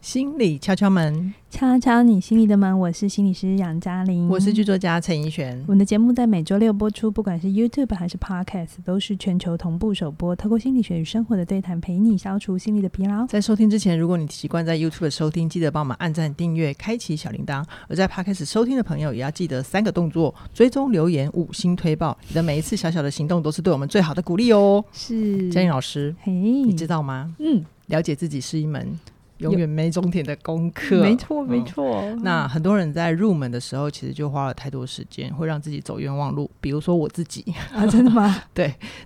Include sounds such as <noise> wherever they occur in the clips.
心理敲敲门，敲敲你心里的门，我是心理师杨嘉玲，我是剧作家陈怡璇嗯我。们的节目在每周六播出，不管是 YouTube 还是 Podcast，都是全球同步首播。透过心理学与生活的对谈，陪你消除心理的疲劳。在收听之前，如果你习惯在 YouTube 收听，记得帮我们按赞、订阅、开启小铃铛；而在 Podcast 收听的朋友，也要记得三个动作：追踪、留言、五星推报。你的每一次小小的行动，都是对我们最好的鼓励哦。是，嘉颖老师，嘿，你你知道吗？嗯，了解自己是一门永远没终点的功课。没错，没嗯错。那很多人在入门的时候，其实就花了太多时间，会让自己走冤枉路。比如说我自己，啊，真的 <laughs> 吗？ <laughs>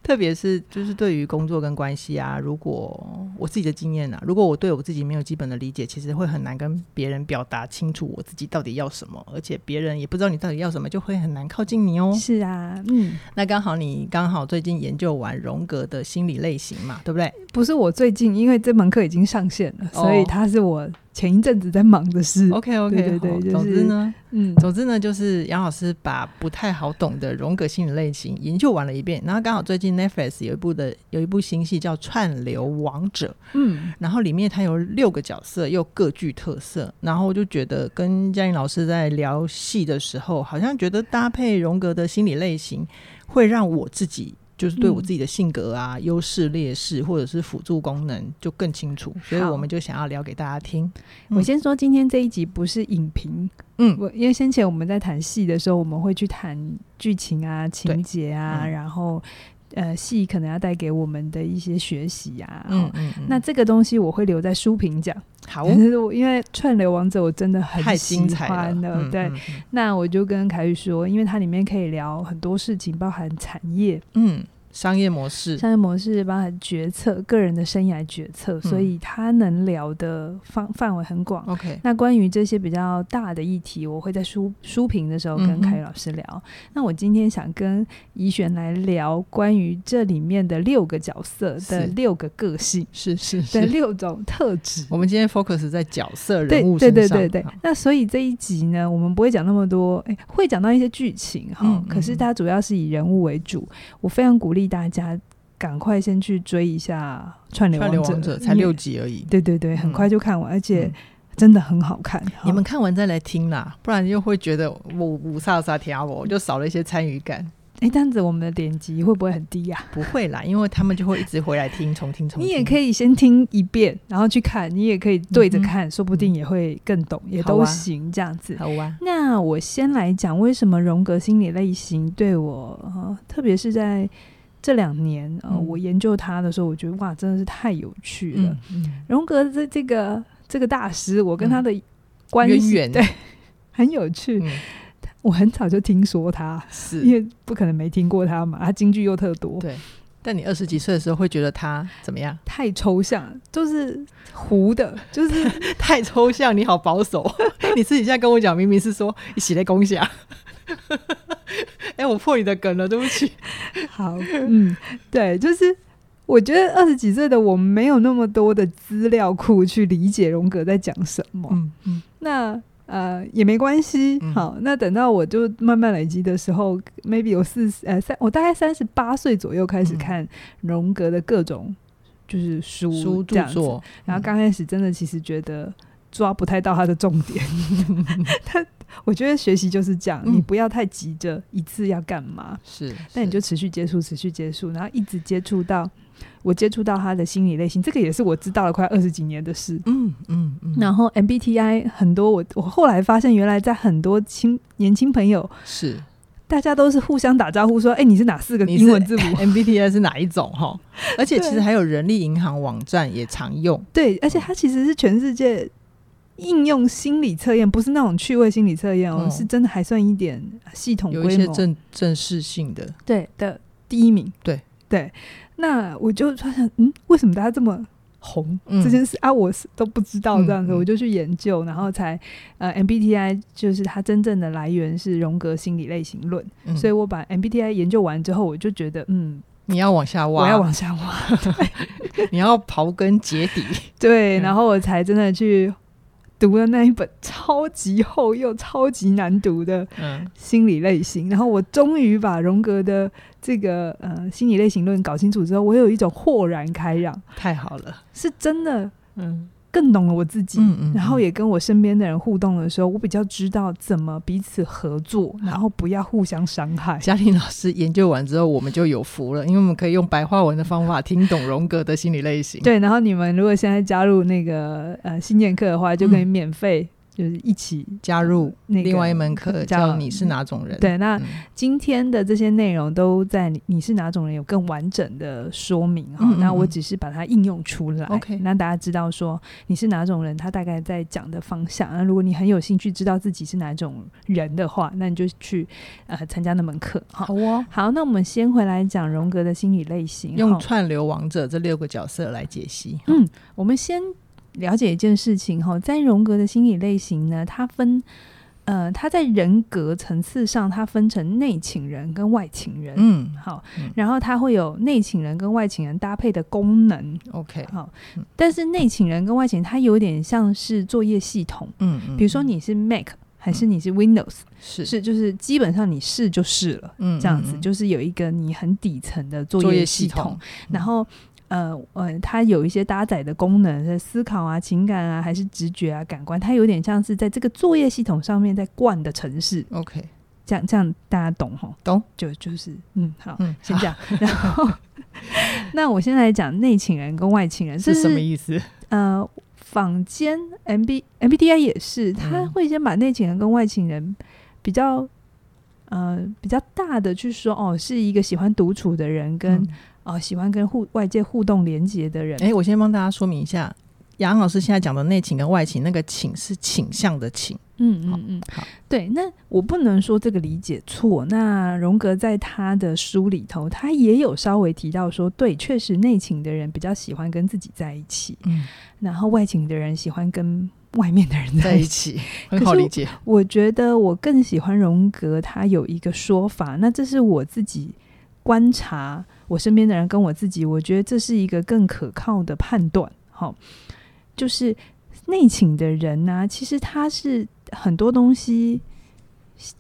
特别是就是对于工作跟关系啊，如果我自己的经验啊，如果我对我自己没有基本的理解，其实会很难跟别人表达清楚我自己到底要什么，而且别人也不知道你到底要什么，就会很难靠近你哦。是啊，嗯，那刚好你刚好最近研究完荣格的心理类型嘛，对不对？不是我最近，因为这门课已经上线了，所以哦它是我前一阵子在忙的事。 OK OK，对对对就是总之呢，哦嗯，总之呢，就是杨老师把不太好懂的荣格心理类型研究完了一遍，然后刚好最近 Netflix 有一部的有一部新戏叫《串流王者》，嗯，然后里面它有六个角色，又各具特色，然后我就觉得跟嘉颖老师在聊戏的时候，好像觉得搭配荣格的心理类型，会让我自己。就是对我自己的性格啊、优势、劣势，或者是辅助功能，就更清楚，所以好我们就想要聊给大家听。嗯我先说今天这一集不是影评，嗯我因为先前我们在谈戏的时候，我们会去谈剧情啊、情节啊，嗯然后呃，戏可能要带给我们的一些学习啊。嗯哦，嗯，嗯那这个东西我会留在书评讲，好哦但是我因为串流王者我真的太很精喜彩欢了，嗯对。嗯嗯那我就跟凯宇说，因为它里面可以聊很多事情，包含产业、嗯，商业模式，商业模式，包含决策、个人的生涯决策，所嗯以它能聊的范范围很广。 OK，那关于这些比较大的议题，我会在书书评的时候嗯哼跟凯宇老师聊。那我今天想跟怡璇来聊关于这里面的六个角色是的六个个性是是的是。六种特质。我们今天 focus 在角色对人物对身对上，对对好，那所以这一集呢，我们不会讲那么多，哎，会讲到一些剧情哈，嗯嗯可是它主要是以人物为主。我非常鼓励大家赶快先去追一下《串流串流王者者》，才因为六，集而已。对对对，很嗯快就看完，而且嗯真的很好看。你哈们看完再来听啦，不然又会觉得我五煞煞天啊，嗯我就少了一些参与感。哎，这样子我们的点击会不会很低呀、不会啦，因为他们就会一直回来听，重听重听。你也可以以先听一遍，然后去看，你也可以对着嗯哼看，说不定也会更懂，也好都啊行这样子。好啊，那我先来讲为什么荣格心理类型对我，呃、特别是在这两年，呃，嗯我研究它的时候，我觉得哇，真的是太有趣了。嗯嗯，荣格这这个这个大师，我跟他的关渊系、源对很有趣，嗯我很早就听说他，是，因为不可能没听过他嘛，他京剧又特多。对。但你二十几岁的时候会觉得他怎么样？太抽象了，就是糊的， <laughs> 就是太抽象，你好保守。 <laughs> 你自己现在跟我讲，明明是说一起来攻下。 <laughs> 哎、我破你的梗了，对不起。好，嗯，对，就是我觉得二十几岁的我没有那么多的资料库去理解荣格在讲什么，嗯嗯，那呃也没关系嗯，好，那等到我就慢慢累积的时候，maybe 我四十呃三，我大概三十八岁左右开始嗯看荣格的各种就是书书这著样子作，嗯然后刚开始真的其实觉得抓不太到他的重点， <laughs> 他我觉得学习就是这样，嗯你不要太急着一次要干嘛，是，但你是就持续接触，持续接触，然后一直接触到我接触到他的心理类型，这个也是我知道了快二十几年的事。嗯嗯嗯，然后 MBTI 很多我，我后来发现，原来在很多青年轻朋友，是大家都是互相打招呼说：“哎、你是哪四 <laughs> 个你是英文字母 MBTI 是哪一种哈？而且其实对还有人力银行网站也常用，？”对，而且嗯它其实是全世界应用心理测验，不是那种趣味心理测验哦，嗯是真的还算一点系统有一规些模正正式性的，对的第一名。对对，那我就发现，嗯，为什么大家这么红、嗯这件事啊？我是都不知道嗯这样子，嗯我就去研究，然后才呃，MBTI 就是它真正的来源是荣格心理类型论，嗯所以我把 MBTI 研究完之后，我就觉得，嗯，你要往下挖，我要往下挖， <laughs> 你要刨根结底，对，嗯然后我才真的去。读了那一本超级厚又超级难读的 <laughs> 嗯心理类型，然后我终于把荣格的这个呃心理类型论搞清楚之后，我有一种豁然开朗，太好了，是真的嗯更懂了我自己，嗯嗯，然后嗯也跟我身边的人互动的时候，我比较知道怎么彼此合作，然后不要互相伤 <laughs> 害。嘉玲老师研究完之后，我们就有福了，因为我们可以用白话文的方法听懂荣格的心理类型。对，然后你们如果现在加入那个呃信念课的话，就可以嗯免费、就是一起加入那个另外一门课叫叫“你是哪种人”。对。那嗯，今天的这些内容都在你你是哪种人有更完整的说明哈、嗯嗯那我嗯只是把它应用出来 OK 那大家知道说你是哪种人，他大概在讲的方向。那如果你很有兴趣知道自己是哪种人的话，那你就去呃参加那门课哈。好哦，好，那我们先回来讲荣格的心理类型。用哈串流王者这六个角色来解析。嗯我们先了解一件事情哈，在荣格的心理类型呢，它分呃，它在人格层次上，它分成内倾人跟外倾人。嗯好嗯，然后它会有内请人跟外请人搭配的功能。 ，OK，好嗯，但是内请人跟外请人它有点像是作业系统，嗯嗯，比如说你是 Mac 还是你是 Windows，是是就是基本上你是就是了，嗯这样嗯子嗯就是有一个你很底层的作作业业系系统统，，嗯然后。呃呃，它有一些搭载的功能，是思考啊、情感啊，还是直觉啊、感官，它有点像是在这个作业系统上面在灌的城市， OK，这样这样大家懂吼？懂，就就是嗯，好，嗯，先好 <laughs> 这样。然后，那我先来讲内请人跟外请人是什么思？意思？呃，坊间 MB MBTI 也是，他嗯会先把内请人跟外请人比较。呃，比较大的去说哦，是一个喜欢独处的人跟，嗯哦喜欢跟互外界互动连接的人，哎、我先帮大家说明一下，杨老师现在讲的内倾跟外倾，那个倾是倾向的倾。嗯好嗯嗯好，对。那我不能说这个理解错。那荣格在他的书里头，他也有稍微提到说，对，确实内倾的人比较喜欢跟自己在一起，嗯，然后外请的人喜欢跟外面的人在在一一起。起 <laughs> 可很好是理解。我觉得我更喜欢荣格，他有一个说法，那这是我自己观察我身边的人跟我自己，我觉得这是一个更可靠的判断。好、就是内倾的人呢、其实他是很多东西。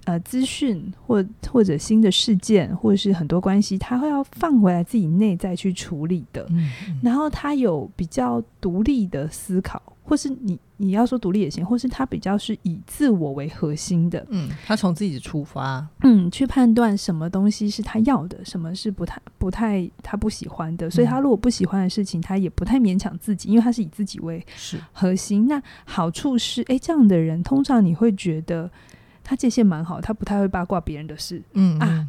呃，资讯或或者新的事件，或者是很多关系，他会要放回来自己内在去处理的。嗯，然后他有比较独立的思考，或是你你要说独立也行，或是他比较是以自我为核心的，嗯，他从自己出发，嗯，去判断什么东西是他要的，什么是不太不太他不喜欢的，所以他嗯如果不喜欢的事情，他也不太勉强自己，因为他是以自己为是核心。那好处是，诶，这样的人通常你会觉得。他界限蛮好，他不太会八卦别人的事。嗯啊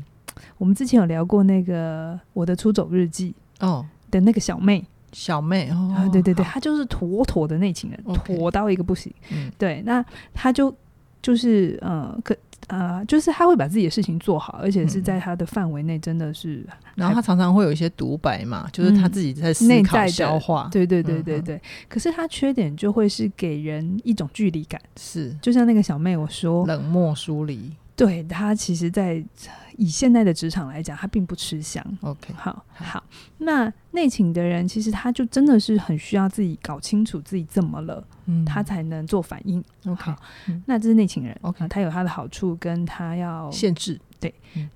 我们之前有聊过那个《我的出走日记嗯哦，》的那个小妹，小妹哦，啊，对对对，好，他就是妥妥的内情人， OK 妥到一个不行。嗯对，那他就就是呃，可呃，就是他会把自己的事情做好，而且是嗯在他的范围内，真的是，然后他常常会有一些独白嘛，就是他嗯自己在思内在考的消化，对对对对嗯对。可是他缺点就会是给人一种距离感，是就像那个小妹我说，冷漠疏离。对她其实在以现在的职场来讲，她并不吃香。 OK，好好，那内倾的人其实他就真的是很需要自己搞清楚自己怎么了，嗯，他才能做反应。 OK 好嗯那这是内请人 OK 啊他有他的好处，跟他要限制，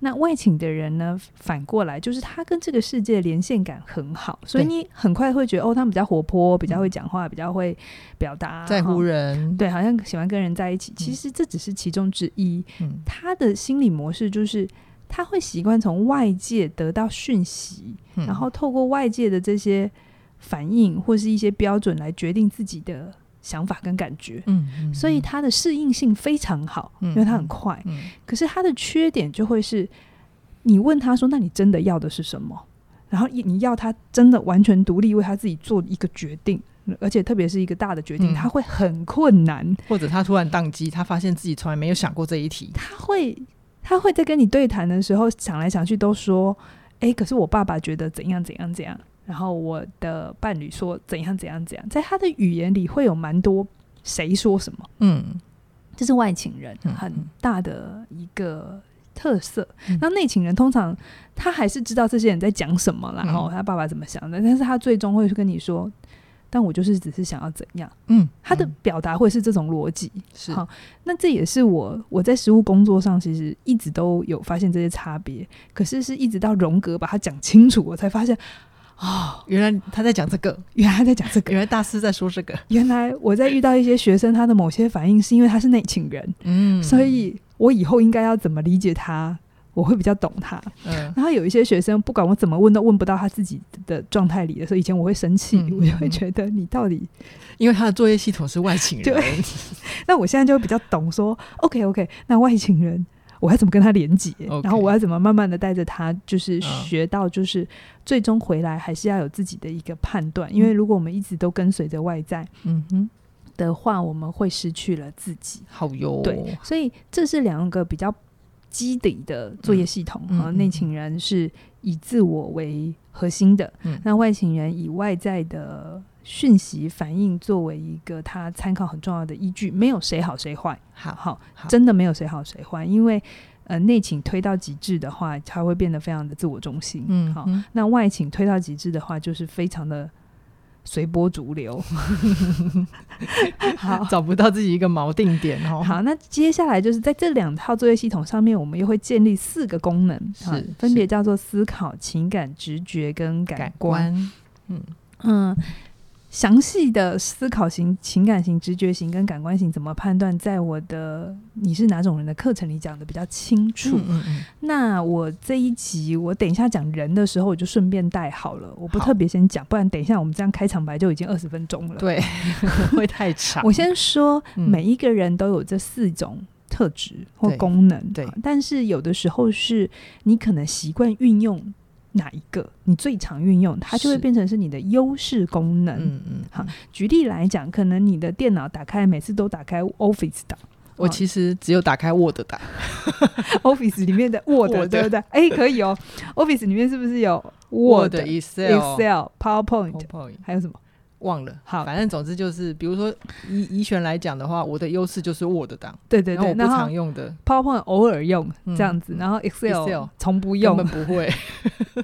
那外请的人呢，反过来就是他跟这个世界连线感很好，所以对嗯你很快会觉得哦，他们比较活泼，比较会讲话，比较会表达，在乎哈。人，，对，好像喜欢跟人在一起，其实这只是其中之一。嗯他的心理模式就是他会习惯从外界得到讯息，嗯然后透过外界的这些反应或是一些标准来决定自己的想法跟感觉。嗯，嗯所以，它的适应性非常好，嗯因为它很快。嗯嗯，可是它的缺点就会是，你问他说：“那你真的要的是什么？”然后你你要他真的完全独立为他自己做一个决定，而且特别是一个大的决定，嗯他会很困难。或者他突然宕机，他发现自己从来没有想过这一题，他会他会在跟你对谈的时候想来想去都说：“诶，可是我爸爸觉得怎样怎样怎样。”然后我的伴侣说怎样怎样怎样，在他的语言里会有蛮多谁说什么。嗯，这是外请人嗯很嗯大的一个特色嗯。那内请人通常他还是知道这些人在讲什么啦，然嗯后他爸爸怎么想的，但是他最终会跟你说，但我就是只是想要怎样。嗯，他的嗯表达会是这种逻辑，是好那这也是我我在实务工作上其实一直都有发现这些差别，可是是一直到荣格把它讲清楚，我才发现哦，原来他在讲这个，原来在讲这个，原来大师在说这个，原来我在遇到一些学生，他的某些反应是因为他是内情人，嗯所以我以后应该要怎么理解他，我会比较懂他。嗯然后有一些学生，不管我怎么问都问不到他自己的状态里的时候，以前我会生气，嗯 <laughs> 我就会嗯觉得你到底……因为他的作业系统是外请人，对那我现在就会比较懂说，OK OK，那外情人我要怎么跟他连接 OK 然后我要怎么慢慢的带着他，就是嗯学到，就是最终回来还是要有自己的一个判断，因为嗯如果我们一直都跟随着外在嗯哼，的话，我们会失去了自己。好哟，对，所以这是两个比较基底的作业系统嗯啊。嗯内、嗯情人是以自我为核心的，嗯那外情人以外在的讯息反应作为一个他参考很重要的依据，没有谁好谁坏，好，好，好真的没有谁好谁坏，因为呃内情推到极致的话，他会变得非常的自我中心，嗯，好，嗯那外请推到极致的话，就是非常的随波逐流。好， <laughs> 找不到自己一个锚定点哦，好，那接下来就是在这两套作业系统上面，我们又会建立四个功能，是啊是分别叫做思考、情感、直觉跟感感官。官，嗯，详细的思考型、情感型、直觉型跟感官型怎么判断，在我的你是哪种人的课程里讲的比较清楚。嗯嗯嗯，那我这一集，我等一下讲人的时候，我就顺便带好了，我不好特别先讲，不然等一下我们这样开场白就已经二十分钟了。对， <laughs> 会太长，我先说，嗯每一个人都有这四种特质或对功能，啊对但是有的时候是你可能习惯运用哪一个，你最常运用，它就会是变成是你的优势功能。嗯嗯，好举例来讲，可能你的电脑打开每次都打开 Office 打我其实只有打开 Word 打， Office 里面的 Word， Word 对不对？哎，可以哦。Office 里面是不是有 Word、 Word、 Excel、 Excel、PowerPoint， PowerPoint 还有什么？忘了，好反正总之就是，比如说以以选来讲的话，我的优势就是 Word 档，对对然后对，我不然后常用的 PowerPoint 偶尔用嗯这样子，嗯然后 Excel Excel 从不根用本，不会，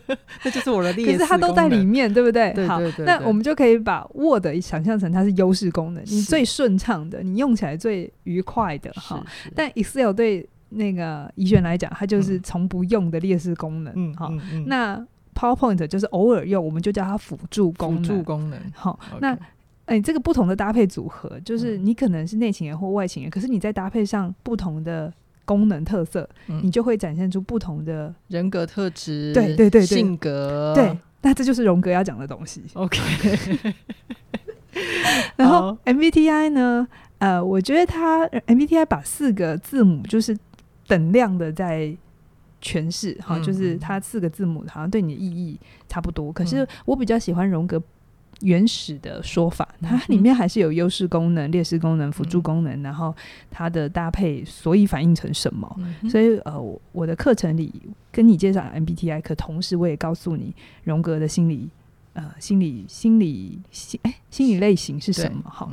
<laughs> 那就是我的劣可势是它都在里功面，对不对？能。对好。对对，那对我们就可以把 Word 想象成它是优势功能，你是最顺畅的，你用起来最愉快的哈。是是但 Excel 对那个怡璇来讲，它就是嗯从不用的劣势功能。嗯好、嗯嗯那 PowerPoint 就是偶尔用，我们就叫它辅助辅功能。助功能，好、 OK 那哎，这个不同的搭配组合，就是嗯你可能是内情人或外情人，可是你在搭配上不同的功能特色，嗯你就会展现出不同的、人格特质，对对对对性格，对。那这就是荣格要讲的东西。 <laughs> ，OK，然后好 MBTI 呢，呃，我觉得它 MBTI 把四个字母就是等量的在诠释，哈、嗯就是嗯它四个字母好像对你的意义差不多。可是嗯我比较喜欢荣格原始的说法，嗯它里面还是有优势功能、劣势功能、辅助嗯功能，然后它的搭配，所以反映成什么。嗯哼所以呃，我我的课程里跟你介绍 MBTI，可同时我也告诉你荣格的心理呃心理心理心哎心理类型是什么哈。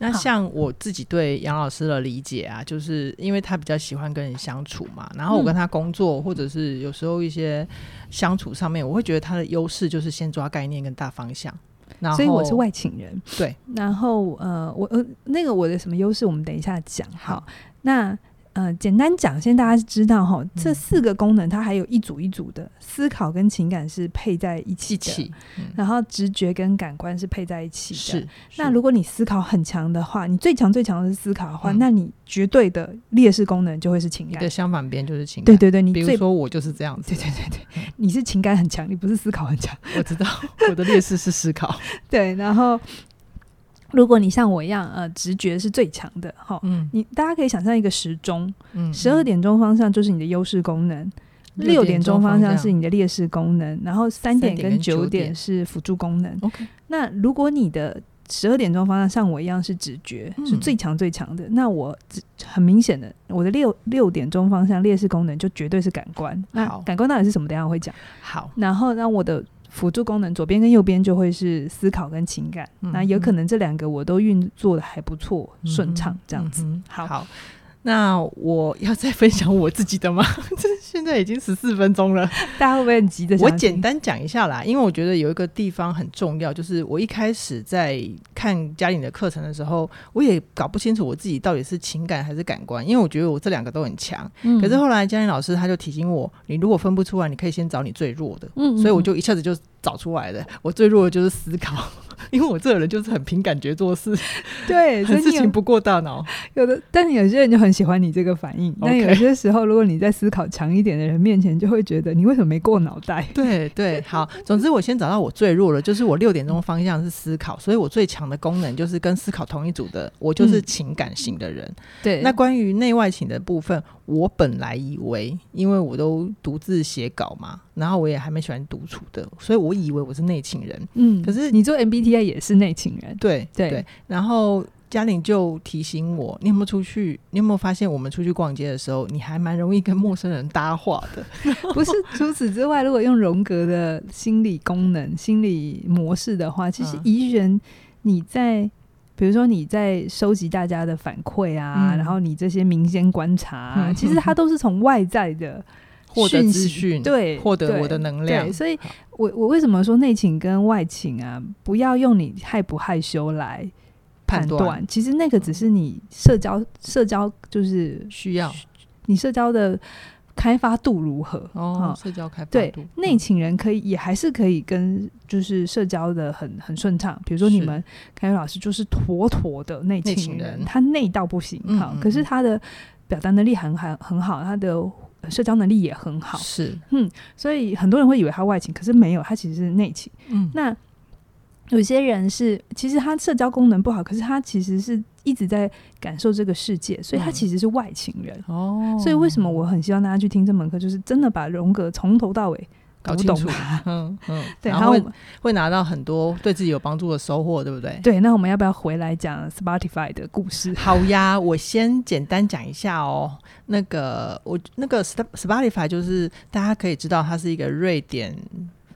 那好像我自己对杨老师的理解啊，就是因为他比较喜欢跟人相处嘛，然嗯后我跟他工作，或者是有时候一些相处上面，我会觉得他的优势就是先抓概念跟大方向。然后所以我是外请人，对，然后呃，我呃那个我的什么优势，我们等一下讲。好，那呃，简单讲，先大家知道嗯哈，这四个功能它还有一组一组的，思考跟情感是配在一起一的，起然后直觉跟感官是配在一起的。是。那是如果你思考很强的话，你最强最强的是思考的话，嗯那你绝对的劣势功能就会是情你感的。相反边就是情对感，对对，你比最如说我就是这样子对，对对对，你是情感很强，你不是思考很强。我知道我的劣势是思 <laughs> 考，对，然后如果你像我一样，呃，直觉是最强的哈。嗯你大家可以想象一个时钟，嗯十二点钟方向就是你的优势功能，六点钟方向是你的劣势功能，然后三点3点跟跟九9点点是辅助功能。 OK，那如果你的十二点钟方向像我一样是直觉，嗯是最强最强的，那我只很明显的，我的六六点钟方向劣势功能就绝对是感官。那好感官到底是什么？等一下我会讲。好，然后，那我的辅助功能左边跟右边就会是思考跟情感。嗯嗯那有可能这两个我都运作的还不错，顺畅这样子。嗯哼好好。那我要再分享我自己的吗？ <laughs> 这现在已经十四分钟了，大家会不会很急的？我简单讲一下啦，因为我觉得有一个地方很重要，就是我一开始在看嘉玲的课程的时候，我也搞不清楚我自己到底是情感还是感官，因为我觉得我这两个都很强。嗯，可是后来嘉玲老师他就提醒我，你如果分不出来，你可以先找你最弱的。嗯，嗯，所以我就一下子就找出来了，我最弱的就是思考， <laughs> 因为我这个人就是很凭感觉做事，对，所很以事你有情不过大脑。有的，但有些人就很喜欢你这个反应。那 OK 有些时候，如果你在思考强一点的人面前，就会觉得你为什么没过脑 <laughs> <laughs> 袋？对对，好，总之我先找到我最弱的，就是我六点钟方向是思考，所以我最强的功能就是跟思考同一组的，我就是嗯情感型的人。对那关于内外请的部分，我本来以为，因为我都独自写稿嘛，然后我也还蛮喜欢独处的，所以我以为我是内请人。嗯，可是你做 MBTI 也是内情 <laughs> 人，对对然后嘉玲就提醒我，你有没有出去？你有没有发现我们出去逛街的时候，你还蛮容易跟陌生人搭话的？不是？除此之外，如果用荣格的心理功能、心理模式的话，其实嗯宜人你在。比如说你在收集大家的反馈啊，嗯然后你这些民间观 <laughs> 察、啊，嗯其实它都是从外在的获得讯资息讯，，对嗯获得对我的能量对，。所以好我我为什么说内请跟外请啊，不要用你害不害羞来判判断嗯断，其实那个只是你社交社交就是需要你社交的开发度如何哦哈，社交开发对度，内嗯请人可以也还是可以跟就是社交的很很顺畅，比如说你是们凯瑞老师就是妥妥的内内请请人他内到不行嗯哈，嗯可是嗯他的表达能力很很很好，他的呃社交能力也很好，嗯是所以很多人会以为他外请，可是没有，他其实是内请。嗯那有些人是，其实他社交功能不好，可是他其实是一直在感受这个世界，所以他嗯其实是外情人。哦，所以为什么我很希望大家去听这门课，就是真的把荣格从头到尾搞读清懂楚它。 <laughs> 嗯嗯，对，然然后后我会们会拿到很多对自己有帮助的收获，对不对？对，那我们要不要回来讲 Spotify 的故事？ <laughs> 好呀，我先简单讲一下哦。那个我那个 Sp- Spotify 就是大家可以知道，它是一个瑞典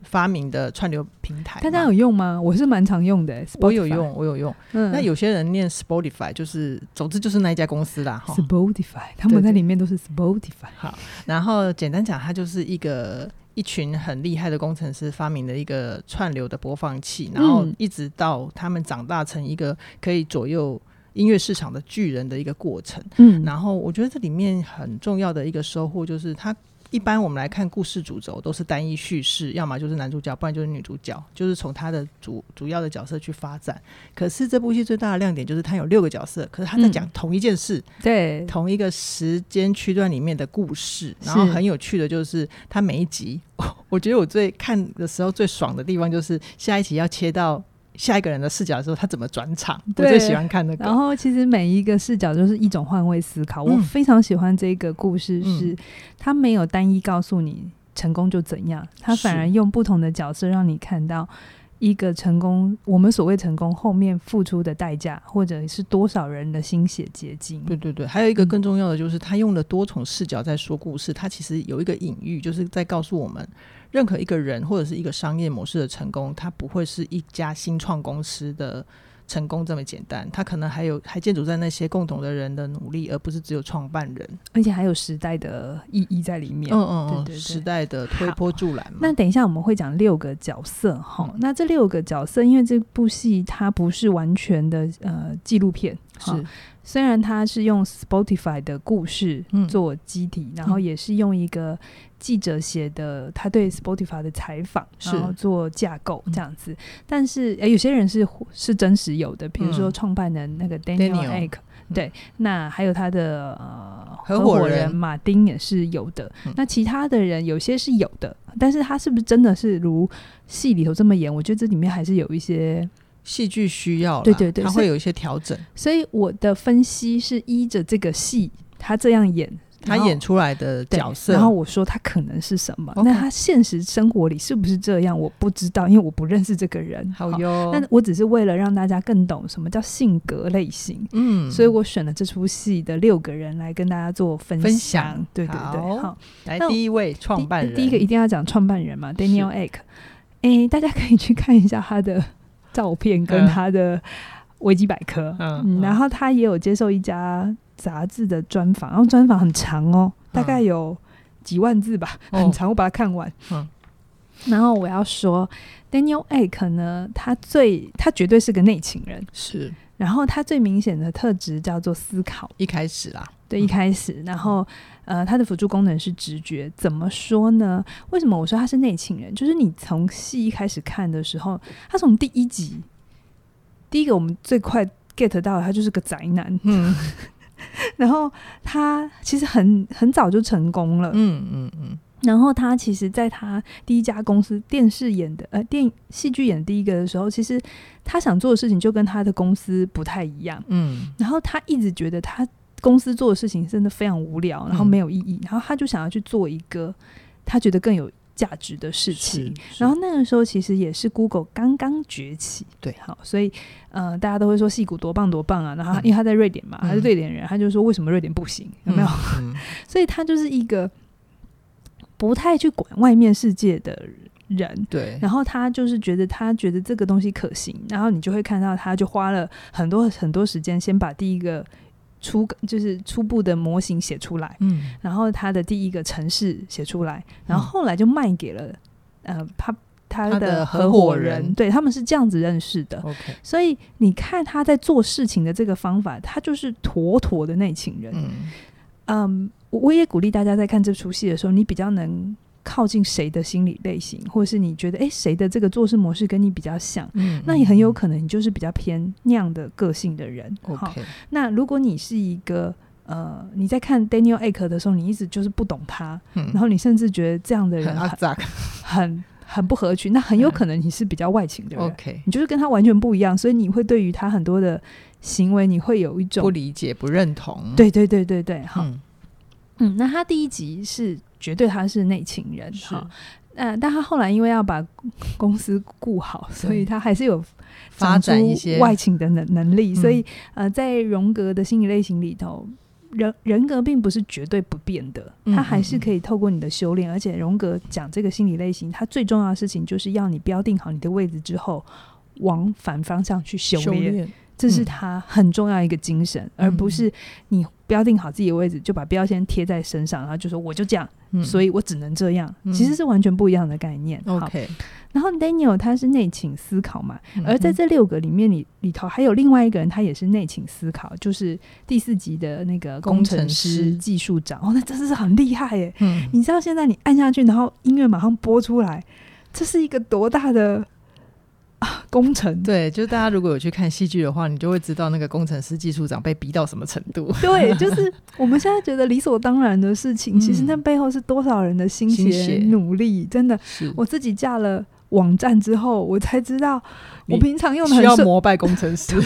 发明的串流平台嘛。大家有用吗？我是蛮常用的、哎我有 Spotify，用，我有用。嗯，那有些人念 Spotify，就是总之就是那一家公司啦，哈。 Spotify，他们对在对里面都是 Spotify。然后简单讲，它就是一个一群很厉害的工程师发明的一个串流的播放器，然后嗯一直到他们长大成一个可以左右音乐市场的巨人的一个过程。嗯然后我觉得这里面很重要的一个收获就是，它一般我们来看故事主轴都是单一叙事，要么就是男主角，不然就是女主角，就是从他的主主要的角色去发展。可是这部戏最大的亮点就是它有六个角色，可是他在讲嗯同一件事，对，同一个时间区段里面的故事。是然后很有趣的就是，它每一集， <laughs> 我觉得我最看的时候最爽的地方就是下一集要切到。下一个人的视角的时候，他怎么转场？我对最喜欢看那个。然后其实每一个视角就是一种换位思考。我嗯非常喜欢这个故事是，嗯它没有单一告诉你成功就怎样，它是反而用不同的角色让你看到。一个成功，我们所谓成功后面付出的代价，或者是多少人的心血结晶，对对对，还有一个嗯更重要的就是，他用了多重视角在说故事，他其实有一个隐喻，就是在告诉我们，任何一个人或者是一个商业模式的成功，它不会是一家新创公司的成功这么简单，它可能还有还建筑在那些共同的人的努力，而不是只有创办人。而且还有时代的意义在里面。嗯嗯嗯，对对对时代的推波助澜嘛。那等一下我们会讲六个角色哈、嗯那这六个角色，因为这部戏它不是完全的呃纪录片，哈是虽然它是用 Spotify 的故事嗯做基底，然后也是用一个记者写的他对 Spotify 的采访，是然后做架构嗯这样子。但是、呃有些人是是真实有的，比如说嗯创办人那个 Daniel Daniel，嗯 Ek，、对，那还有他的呃合伙伙人马丁也是有的。嗯那其他的人有些是有的，但是他是不是真的是如戏里头这么演？我觉得这里面还是有一些戏剧需要啦，对对对它所以会有一些调整，所以我的分析是依着这个戏，他这样演，他然后演出来的对角色，然后我说他可能是什么 OK 那他现实生活里是不是这样，我不知道，因为我不认识这个人。好哟，那我只是为了让大家更懂什么叫性格类型，嗯，所以我选了这出戏的六个人来跟大家做分分享对对对，好好，来那我第一位创办人，第一个一定要讲创办人嘛，Daniel Ek。诶，大家可以去看一下他的照片跟嗯他的维基百科。嗯嗯，嗯然后他也有接受一家杂志的专访，然后专访很长哦，大概有几万字吧，嗯哦很长，我把它看完。嗯然后我要说，Daniel Ek 呢，他最他绝对是个内情人，是然后他最明显的特质叫做思考。一开始啦，对，一开始，然后呃，它的辅助功能是直觉。怎么说呢？为什么我说他是内情人？就是你从戏一开始看的时候，他从第一集，第一个我们最快 get 到的，他就是个宅男。 <laughs> 嗯然后他其实很很早就成功了。嗯嗯嗯，然后他其实，在他第一家公司电视演的呃电戏剧演第一个的时候，其实他想做的事情就跟他的公司不太一样。嗯然后他一直觉得他公司做的事情真的非常无聊，然后嗯没有意义，然后他就想要去做一个他觉得更有价值的事情。是然后那个时候其实也是 Google 刚刚崛起，对好，所以呃，大家都会说戏骨多棒多棒啊。然后他嗯因为他在瑞典嘛，嗯他是瑞典人，他就说为什么瑞典不行？有没有？？嗯嗯所以他就是一个不太去管外面世界的人。对，然后他就是觉得他觉得这个东西可行，然后你就会看到他就花了很多很多时间，先把第一个初就是初步的模型写出来，嗯然后他的第一个城市写出来，然后后来就卖给了呃他他他的的合合伙伙人哦人，对他们是这样子认识的。 ，OK，所以你看他在做事情的这个方法，他就是妥妥的内情人。嗯嗯，我我也鼓励大家在看这出戏的时候，你比较能靠近谁的心理类型，或者是你觉得诶谁的这个做事模式跟你比较像，嗯，那也很有可能你就是比较偏那样的个性的人。能好， OK，那如果你是一个呃你在看 Daniel Ek 的时候，你一直就是不懂他，嗯然后你甚至觉得这样的很人阿很扎很很不合群，那很有可能你是比较外倾的人。 ，OK，你就是跟他完全不一样，所以你会对于他很多的行为，你会有一不种理解不认同，，对对对对对，好，嗯嗯，那他第一集是绝对他是内情人是哈，呃，但他后来因为要把公公司顾好，所以他还是有发展长出一些外情的能能力，嗯所以呃，在荣格的心理类型里头。人人格并不是绝对不变的，嗯他还是可以透过你的修炼。而且荣格讲这个心理类型，他最重要的事情就是要你标定好你的位置之后，往反方向去修修炼。炼，这是嗯他很重要一个精神，而不是你标定好自己的位置就把标签贴在身上，然后就说我就这样，嗯所以我只能这样，嗯其实是完全不一样的概念。好， OK，然后 Daniel 他是内倾思考嘛，嗯而在这六个里面里里头还有另外一个人，他也是内倾思考，就是第四集的那个工工程程师师技术长，哦，那真的是很厉害耶！嗯你知道现在你按下去，然后音乐马上播出来，这是一个多大的啊工程？对，就大家如果有去看戏剧的话，你就会知道那个工程师、技术长被逼到什么程 <laughs> 度，对，就是我们现在觉得理所当然的事情，嗯其实那背后是多少人的心心血血努力。真的，是我自己架了网站之后，我才知道，你我平常用的需很要顺，膜拜工程 <laughs> 师。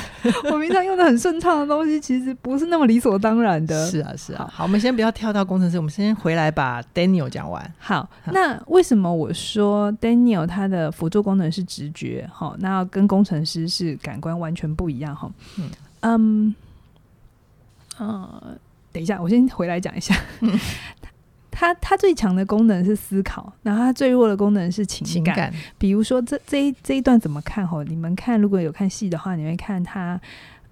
我平常用的很顺畅的东西，其实不是那么理所当然 <laughs> 的。是啊，是啊。好好，我们先不要跳到工程师，我们先回来把 Daniel 讲完。好，好那为什么我说 Daniel 他的辅助功能是直觉？哈，那跟工程师是感官完全不一样。哈，嗯嗯，呃，等一下，我先回来讲一下。他他最强的功能是思考，然后他最弱的功能是情情感。感，比如说这这一这一段怎么看？哈，你们看，如果有看戏的话，你会看他。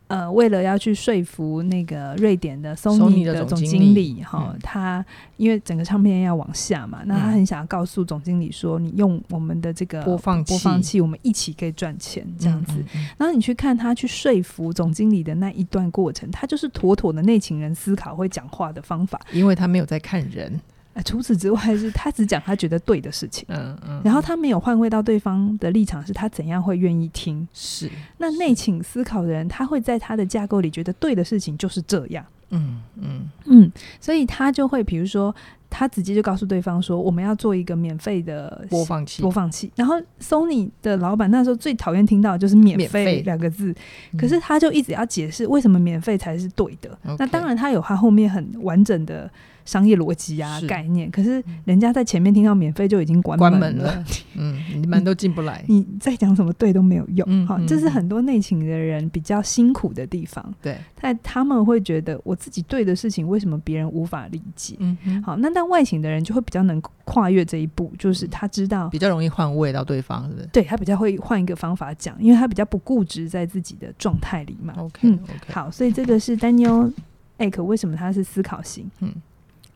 呃，为了要去说服那个瑞典的 Sony Sony 的的总总经经理理哈、嗯他因为整个唱片要往下嘛，那他嗯很想要告诉总经理说，你用我们的这个播放器播放器，我们一起可以赚钱这样子。嗯嗯嗯然后你去看他去说服总经理的那一段过程，他就是妥妥的内情人思考会讲话的方法。因为他没有在看人，呃、除此之外，是他只讲他觉得对的事情。嗯嗯。然后他没有换位到对方的立场，是他怎样会愿意听。是，那内倾思考的人，他会在他的架构里觉得对的事情就是这样，嗯嗯嗯，所以他就会比如说，他直接就告诉对方说，我们要做一个免费的播放器播，放器。然后 Sony 的老板那时候最讨厌听到的就是“免免费费”两个字，嗯可是他就一直要解释为什么免费才是对的。 OK 那当然，他有他后面很完整的商业逻辑啊是嗯概念，可是人家在前面听到免费就已经关关门门了，嗯，你们都进不来。你再讲什么对都没有嗯用。好、嗯这是嗯很多内勤的人比较辛苦的地方，对，但他们会觉得我自己对的事情，为什么别人无法理解？嗯哼，好，那但外勤的人就会比较能跨越这一步，就是嗯他知道，比较容易换位到对方，是不是对他比较会换一个方法讲，因为他比较不固执在自己的状态里嘛。 ？OK 嗯 OK，好，所以这个是丹妞 Eck 为什么他是思考型？嗯，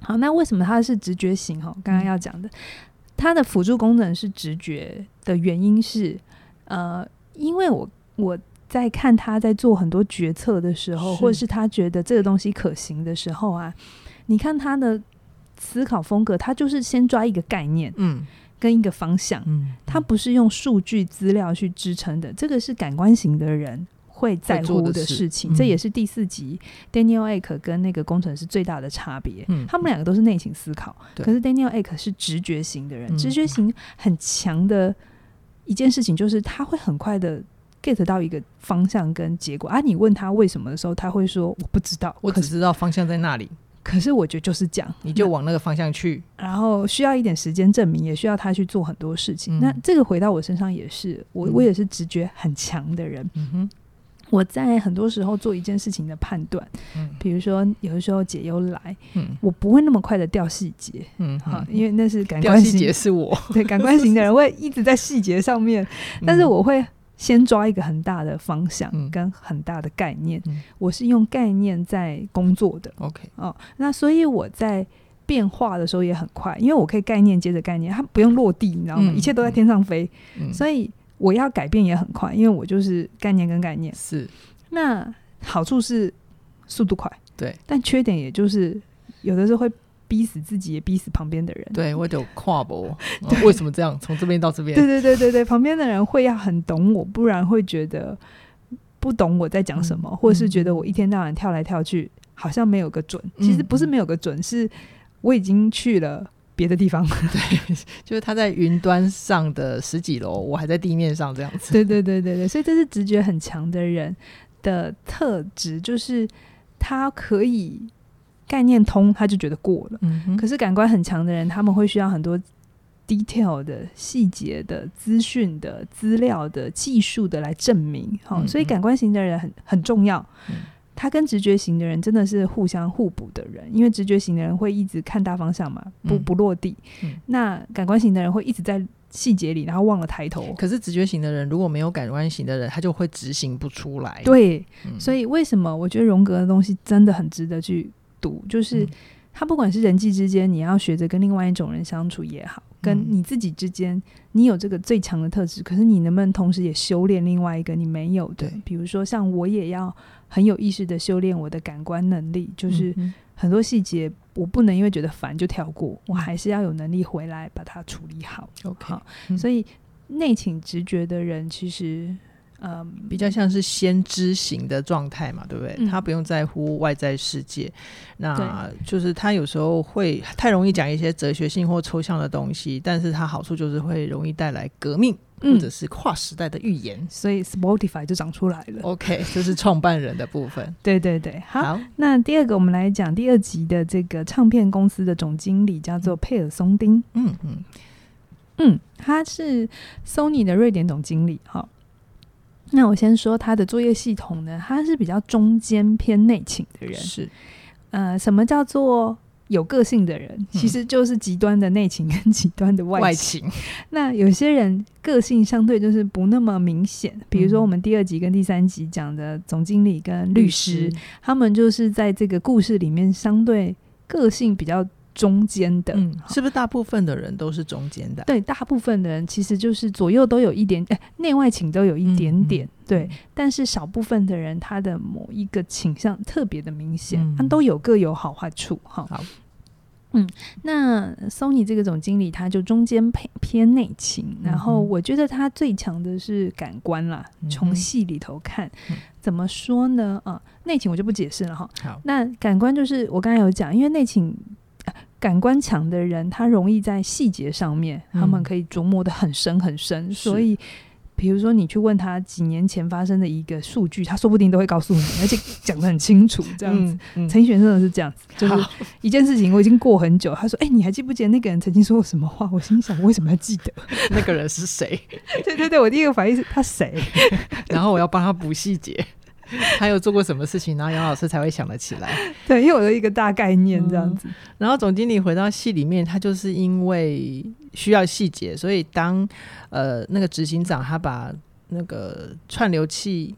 好，那为什么他是直觉型？哈，刚刚要讲的，它的辅助功能是直觉的原因是，呃，因为我我在看他在做很多决策的时候，是或者是他觉得这个东西可行的时候啊，你看他的思考风格，他就是先抓一个概念嗯跟一个方向。嗯，他不是用数据资料去支撑的，这个是感官型的人会在乎会做的事事情。嗯这也是第四集 Daniel Ek 跟那个工程师最大的差别。嗯他们两个都是内倾思考，对可是 Daniel Ek 是直觉型的人，嗯直觉型很强的一件事情就是他会很快的。get 到一个方向跟结果啊！你问他为什么的时候，他会说我不知道，我可只是知道方向在那里，可是我觉得就是这样，你就往那个方向去。然后需要一点时间证明，也需要他去做很多事情。嗯那这个回到我身上也是，我嗯我也是直觉很强的人。嗯哼，我在很多时候做一件事情的判断，嗯比如说有的时候解忧来，嗯我不会那么快的掉细节，嗯，哈、嗯因为那是感掉官细型节，是我， <laughs> 对感官型的人会一直在细节上面，但 <laughs> 是嗯我会。先抓一个很大的方向嗯跟很大的概念，嗯我是用概念在工作的， OK，哦，那所以我在变化的时候也很快，因为我可以概念接着概念，它不用落地，你知道吗？嗯一切都在天上飞，嗯，所以我要改变也很快，因为我就是概念跟概念。是那好处是速度快，对但缺点也就是有的时候会逼死自己，也逼死旁边的人。对，我就跨 <laughs> 博，哦为什么这样？从这边到这边，对对对对对，旁边的人会要很懂我，不然会觉得不懂我在讲什么，嗯或者是觉得我一天到晚跳来跳去，好像没有个准。其实不是嗯没有个准，是我已经去了别的地方。就是他在云端上的十几楼，我还在地面上这样 <laughs> 子。对对对对对，所以这是直觉很强的人的特质，就是他可以概念通，他就觉得过了。嗯哼可是感官很强的人，他们会需要很多 detail 的细节的资讯的资料的技术的来证明。好、嗯所以感官型的人很很重要嗯。他跟直觉型的人真的是互相互补的人，因为直觉型的人会一直看大方向嘛，不嗯不落地。嗯那感官型的人会一直在细节里，然后忘了抬头。可是直觉型的人如果没有感官型的人，他就会执行不出来。对，嗯，所以为什么我觉得荣格的东西真的很值得去读？就是嗯他不管是人际之间，你要学着跟另外一种人相处也好，跟嗯你自己之间，你有这个最强的特质，可是你能不能同时也修炼另外一个你没有的对？比如说，像我也要很有意识的修炼我的感官能力，就是嗯很多细节我不能因为觉得烦就跳过，我还是要有能力回来把它处理好。哼 OK，好，嗯所以内倾直觉的人其实。嗯，比较像是先知型的状态嘛，对不对？嗯他不用在乎外在世界，那就是他有时候会太容易讲一些哲学性或抽象的东西，但是它好处就是会容易带来革命、嗯或者是跨时代的预言。所以 Spotify 就长出来了。 OK，这 <laughs> 是创办人的部分。对对对，哦好。好，那第二个，我们来讲第二集的这个唱片公司的总经理叫做佩尔松丁，嗯嗯嗯，他是 Sony 的瑞典总经理。好、那我先说他的作业系统呢，他是比较中间偏内倾的人。是呃，什么叫做有个性的人？其实就是极端的内倾跟极端的外外倾。勤，那有些人个性相对就是不那么明显，比如说嗯我们第二集跟第三集讲的总经理跟律师，他们就是在这个故事里面相对个性比较中间的，嗯，好是不是大部分的人都是中间的？对，大部分的人其实就是左右都有一点，哎、内外倾都有一点点，嗯对。但是少部分的人，他的某一个倾向特别的明显，嗯他都有各有好坏处，哈。好，嗯，那 Sony 这个总经理他就中间偏偏内倾，然后嗯哼我觉得他最强的是感官啦，嗯哼从戏里头看嗯，怎么说呢？啊，内倾我就不解释了哈。好，那感官就是我刚才有讲，因为内倾、呃感官强的人，他容易在细节上面，嗯他们可以琢磨的很深很深，是所以。比如说，你去问他几年前发生的一个数据，他说不定都会告诉你，而且讲得很清楚。这样子，嗯，嗯陈奕迅真的是这样子，就是好一件事情我已经过很久，他说：“哎、你还记不记得那个人曾经说过什么话？”我心想，我为什么要记得？ <laughs> 那个人是谁？ <laughs> 对对对，我第一个反应是他谁？ <laughs> 然后我要帮他补细节，他有做过什么事情，然后杨老师才会想得起来。对，因为我的一个大概念嗯这样子。然后总经理回到戏里面，他就是因为需要细节，所以当呃那个执行长他把那个串流器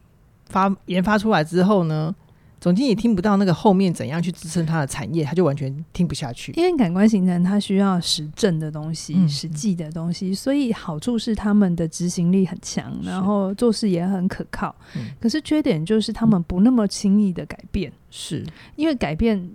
发研发出来之后呢，总经理听不到那个后面怎样去支撑他的产业，他就完全听不下 <laughs> 去。因为感官形成它需要实证的东西、嗯实际的东西，所以好处是他们的执行力很强，是然后做事也很可靠。嗯可是缺点就是他们不那么轻易的改变，是嗯因为改变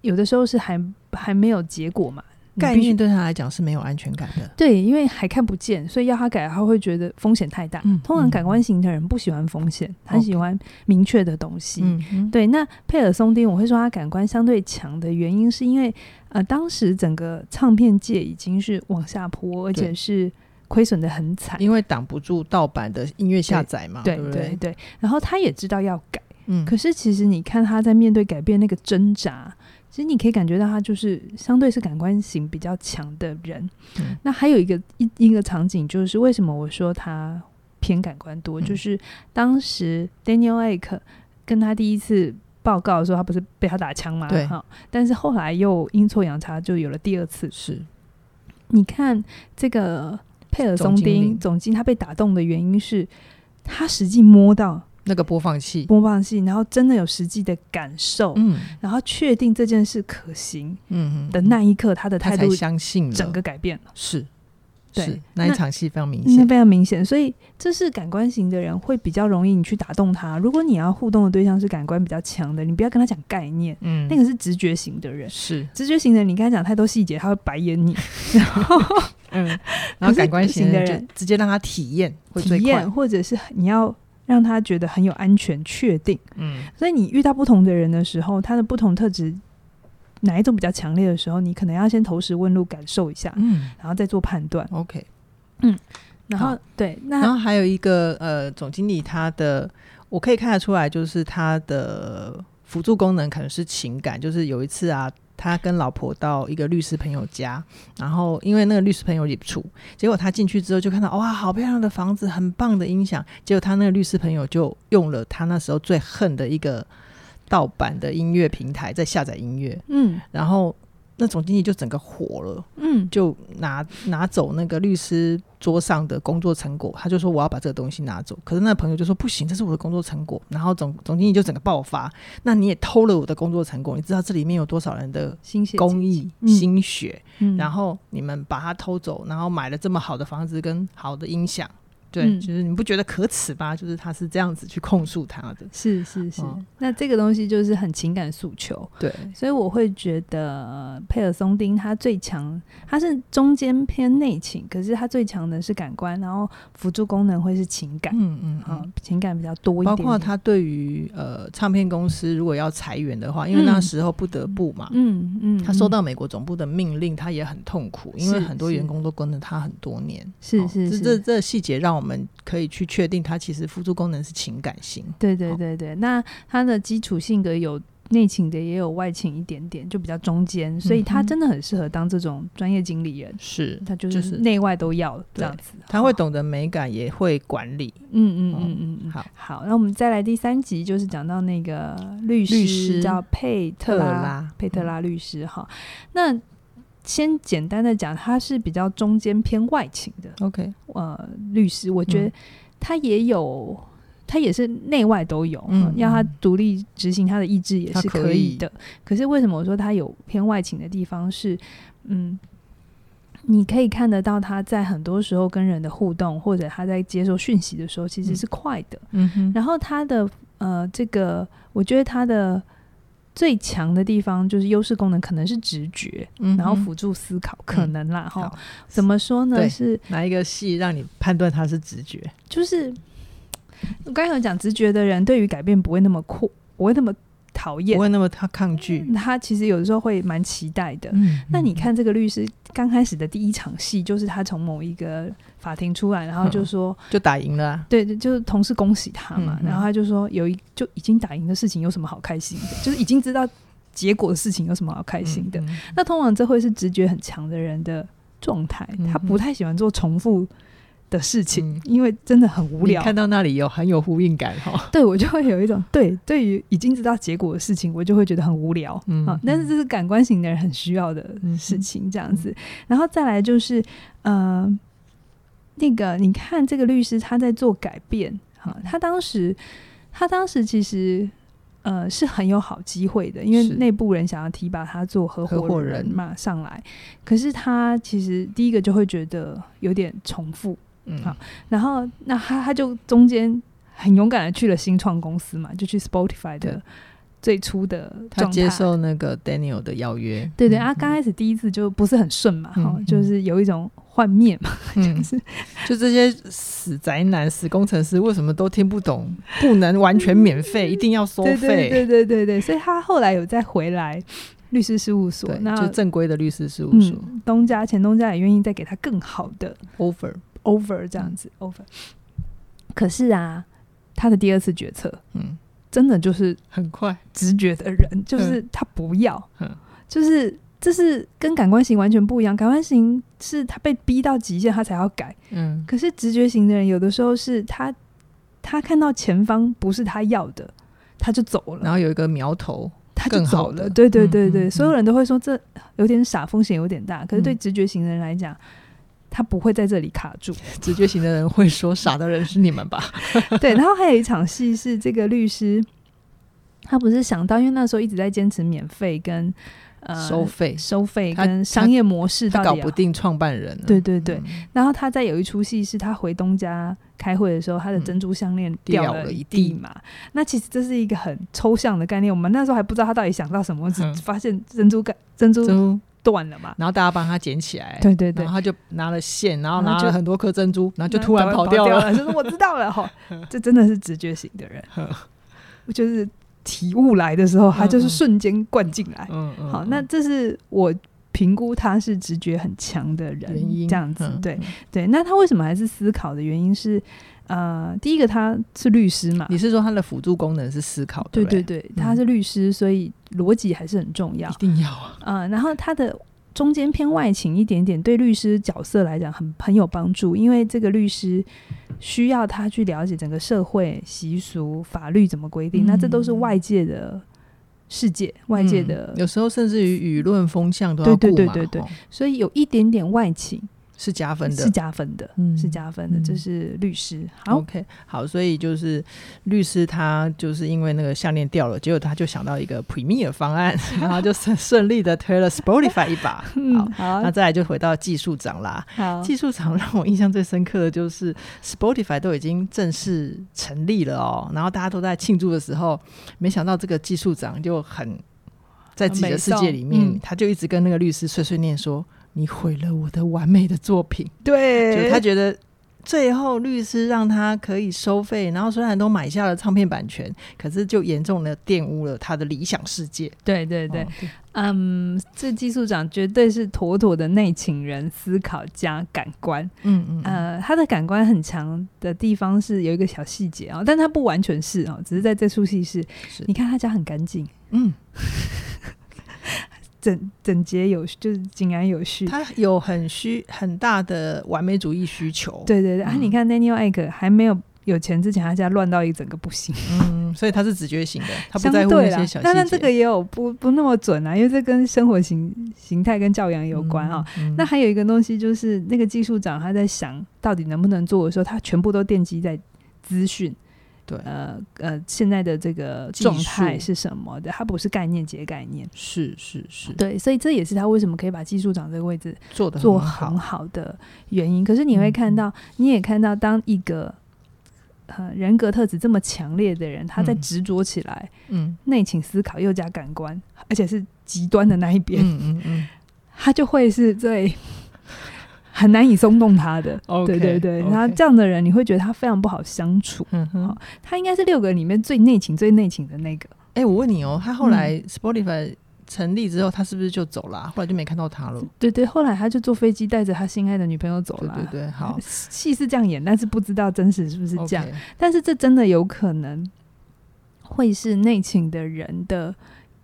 有的时候是还还没有结果嘛。你概必须念对他来讲是没有安全感的。对，因为还看不见，所以要他改，他会觉得风险太大。嗯通常感官型的人不喜欢风险，他 OK 喜欢明确的东西。嗯，对，那佩尔松丁，我会说他感官相对强的原因，是因为呃，当时整个唱片界已经是往下坡，而且对是亏损的很惨。因为挡不住盗版的音乐下载嘛，对不对？对，然后他也知道要改，嗯，可是其实你看他在面对改变那个挣扎，其实你可以感觉到他就是相对是感官型比较强的人。嗯那还有一个一一个场景就是为什么我说他偏感官多，嗯就是当时 Daniel Ek 跟他第一次。报告说他不是被他打枪吗？对哈，但是后来又阴错阳差就有了第二次。是你看这个佩尔总松经理丁总经他被打动的原因是，他实际摸到那个播放器，播放器，然后真的有实际的感受，嗯然后确定这件事可行嗯的那一刻，他的他态才度相信了，整个改变了，是对是那一那场戏非常明那显，非常明显。所以这是感官型的人会比较容易你去打动他。如果你要互动的对象是感官比较强的，你不要跟他讲概念，嗯，那个是直觉型的人。是直觉型的人，你跟他讲太多细节，他会白眼 <laughs> 你。然后嗯，然后感官型的可是人就直接让他体验会体最快验，，或者是你要让他觉得很有安全、确定。嗯所以你遇到不同的人的时候，他的不同特质哪一种比较强烈的时候，你可能要先投石问路，感受一下，嗯然后再做判断。 ，OK。然后好对，然那后还有一个呃，总经理他的，我可以看得出来，就是他的辅助功能可能是情感。就是有一次啊，他跟老婆到一个律师朋友家，然后因为那个律师朋友也不处，结果他进去之后就看到哇，好漂亮的房子，很棒的音响。结果他那个律师朋友就用了他那时候最恨的一个盗版的音乐平台在下载音乐，嗯然后那总经理就整个火了。嗯就拿拿走那个律师桌上的工作成果，他就说我要把这个东西拿走。可是那个朋友就说不行，这是我的工作成果。然后总总经理就整个爆发，那你也偷了我的工作成果，你知道这里面有多少人的心血公益嗯心血，嗯然后你们把它偷走，然后买了这么好的房子跟好的音响，对，嗯就是你不觉得可耻吗？就是他是这样子去控诉他的，是是是、哦那这个东西就是很情感诉求，对，所以我会觉得呃佩尔松丁他最强，他是中间偏内倾，可是他最强的是感官，然后辅助功能会是情感，嗯嗯啊、情感比较多一包点括点他对于呃唱片公司如果要裁员的话，因为那嗯时候不得不嘛，嗯嗯，他收嗯到美国总部的命令，他也很痛苦，因为是很多是员工都跟着他很多年。是哦是这是这这细节让我们可以去确定，他其实辅助功能是情感型。对对好对对，那他的基础性格有内倾的，也有外倾一点点，就比较中间，所以他嗯哼真的很适合当这种专业经理人，是，他就就是是内外都要对这样子。他会好，懂得美感，也会管理。嗯嗯哦嗯嗯嗯，好。好，那我们再来第三集，就是讲到那个律师律师叫佩特特拉拉佩特拉律师哈、那先简单的讲，他是比较中间偏外倾的， OK，呃律师，我觉嗯得他也有，他也是内外都有，嗯嗯、要他嗯独立执行他的意志也他是可可以以的。可是为什么我说他有偏外倾的地方是，嗯。你可以看得到他在很多时候跟人的互动，或者他在接收讯息的时候，其实嗯是快的。嗯哼，然后他的呃，这个我觉得他的最强的地方就是优势功能可能是直觉，嗯哼然后辅助思考，可嗯能啦哈好。怎么说对呢？是哪一个戏让你判断他是直觉？就是我刚才有讲，直觉的人对于改变不会那么酷，不会那么讨厌不，会那么他抗拒。他其实有的时候会蛮期待的。嗯，那你看这个律师刚开始的第一场戏，就是他从某一个法庭出来，然后就说， <laughs> 就打赢了 <laughs> 啊，对对，就是同事恭喜他嘛，嗯嗯嗯然后他就说有一就已经打赢的事情有什么好开 <laughs> 心的？就是已经知道结果的事情有什么好开心的？嗯，嗯那通常这会是直觉很强的人的状态，嗯他哼不太喜欢做重复的事情，嗯因为真的很无你聊。看到那里有很有呼应感哦哈。对我就会有一种对，对于已经知道结果的事情，我就会觉得很无聊、嗯啊。但是这是感官型的人很需要的事情，这样子。然后再来就是呃，那个你看这个律师他在做改变哈、啊，他当时他当时其实呃是很有好机会的，因为是内部人想要提拔他做合合伙伙人人嘛上来，可是他其实第一个就会觉得有点重复，嗯好然后那他他就中间很勇敢的去了新创公司嘛，就去 Spotify 的对最初的他状态，接受那个 Daniel 的邀约，对对，嗯啊，刚开始第一次就不是很顺嘛，哈、嗯嗯就是有一种幻灭嘛，嗯是就这些死宅男、死工程师，为什么都听不懂？不能完全免费，一定要收嗯对对费。对对对对，所以他后来有再回来律师事务所，那对，就正规的律师事务所嗯嗯，东家前东家也愿意再给他更好的 offer， over 这样子、over，可是啊，他的第二次决策嗯，真的就是很快，直觉的人，就是他不要，嗯就是这是跟感官型完全不一样，感官型是他被逼到极限他才要改。嗯，可是直觉型的人，有的时候是他他看到前方不是他要的，他就走了，然后有一个苗头，他就更好走了。的对对对嗯对，嗯所有人都会说这有点傻，风险有点大。可是对嗯直觉型的人来讲，他不会在这里卡 <laughs> 住。直觉型的人会说，傻的人是你们吧？对，然后还有一场戏是这个律师，他不是想到，因为那时候一直在坚持免费跟 <laughs> 呃收费，收费他跟商业模式到他搞底要不定创办人了。对对对，嗯然后他在有一出戏是他回东家开会的时候，他的珍珠项链嗯掉掉了了一一地地嘛。那其实这是一个很抽象的概念，我们那时候还不知道他到底想到什么，我只嗯发现珍珠感珍珠珍珠，断了嘛。嗯然后大家帮他捡起来，对对对然，后他就拿了线，然后然后拿就了很多颗珍珠，然后就突然那跑掉掉了。了，就是我知道 <laughs> 了哈，这真的是直觉型的人，就是体悟来的时候，他就是嗯嗯嗯瞬间灌进来。嗯嗯好，嗯那这是我评估他是直觉很强的原人，因这样子嗯对。嗯对，那他为什么还是思考的原因是，呃，第一个他是律师嘛，你是说他的辅助功能是思考？对不嗯对嗯对，对，他是律师，所以逻辑还是很重要一。定要啊。呃，然后他的中间偏外勤一点点，对律师角色来讲很很有帮助，因为这个律师需要他去了解整个社会习俗、法律怎么规定，那这都是嗯外界的世界，外界嗯的，有时候甚至于舆论风向都要对对顾对嘛对对吼所以有一点点外勤是加分的是。加分的，嗯是加分的，嗯这哦是律师。好， OK，好，所以就是律师他就是因为那个项链掉了，结果他就想到一个 Premier 方 <laughs> 案，然后就顺顺利的推了 Spotify 一把。好嗯，，好那再来就回到技术长啦。好，技术长让我印象最深刻的就是 Spotify 都已经正式成立了哦，然后大家都在庆祝的时候，没想到这个技术长就很在自己的世界里面，很美颂嗯他就一直跟那个律师碎碎念说：“你毁了我的完美的作 <laughs> 品。”对，就他觉得。最后，律师让他可以收费，然后虽然都买下了唱片版权，可是就严重的玷污了他的理想世界。对对对哦，嗯，这技术长绝对是妥妥的内请人思考加感官。嗯嗯，嗯呃，他的感官很强的地方是有一个小细节啊、但他不完全是哦，只是在这出戏是，是你看他家很干净，嗯，整整洁有，就是井然有序。他有很需很大的完美主义需求。对对对，啊，嗯你看 Daniel Ek 还没有有钱之前，他家乱到一整个不行。嗯，所以他是直觉型的，他不相在乎对那啦些小，细节。当然这个也有不不那么准啊，因为这跟生活形形态跟教养有关啊、嗯，嗯那还有一个东西就是，那个技术长他在想到底能不能做的时候，他全部都奠基在资讯，对呃呃，现在的这个技状态术是什么的，他不是概念解概念。是是是，对，所以这也是他为什么可以把技术长这个位置做的做很好，好嗯的原因。可是你会看到，你也看到，当一个呃人格特质这么强烈的人，他在嗯执着起来，嗯内倾思考又加感官，而且是极端的那一边，嗯嗯嗯他就会是最 <laughs> 很难以松动他的。 ，OK， <laughs> 对对对， OK 那这样的人，你会觉得他非常不好相处。嗯哼，好他应该是六个里面最内倾、最内倾的那个。哎、我问你哦，他嗯后来 Spotify 成立之后，他是不是就走了啊、后来就没看到他了。对对，后来他就坐飞机带着他心爱的女朋友走对了。啊对对，好，戏是这样演，但是不知道真实 <laughs> 是不是这样。 OK，但是这真的有可能会是内倾的人的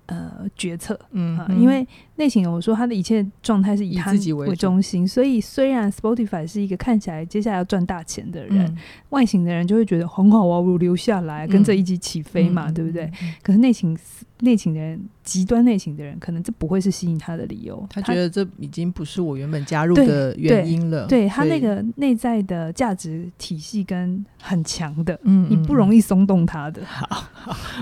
呃决策。嗯啊，哼因为内情我说他的一切状态是以以他自己为主中心，所以虽然 Spotify 是一个看起来接下来要赚大钱的人，嗯外形的人就会觉得很好啊，我留下来嗯跟着一起起飞嘛，嗯对不对？嗯嗯可是内情内倾的人，极端内倾的人，可能这不会是吸引他的理由。他觉得这已经不是我原本加入的原因了。对他所那以，个内在的价值体系跟很强的，嗯你不容易。易松动他的。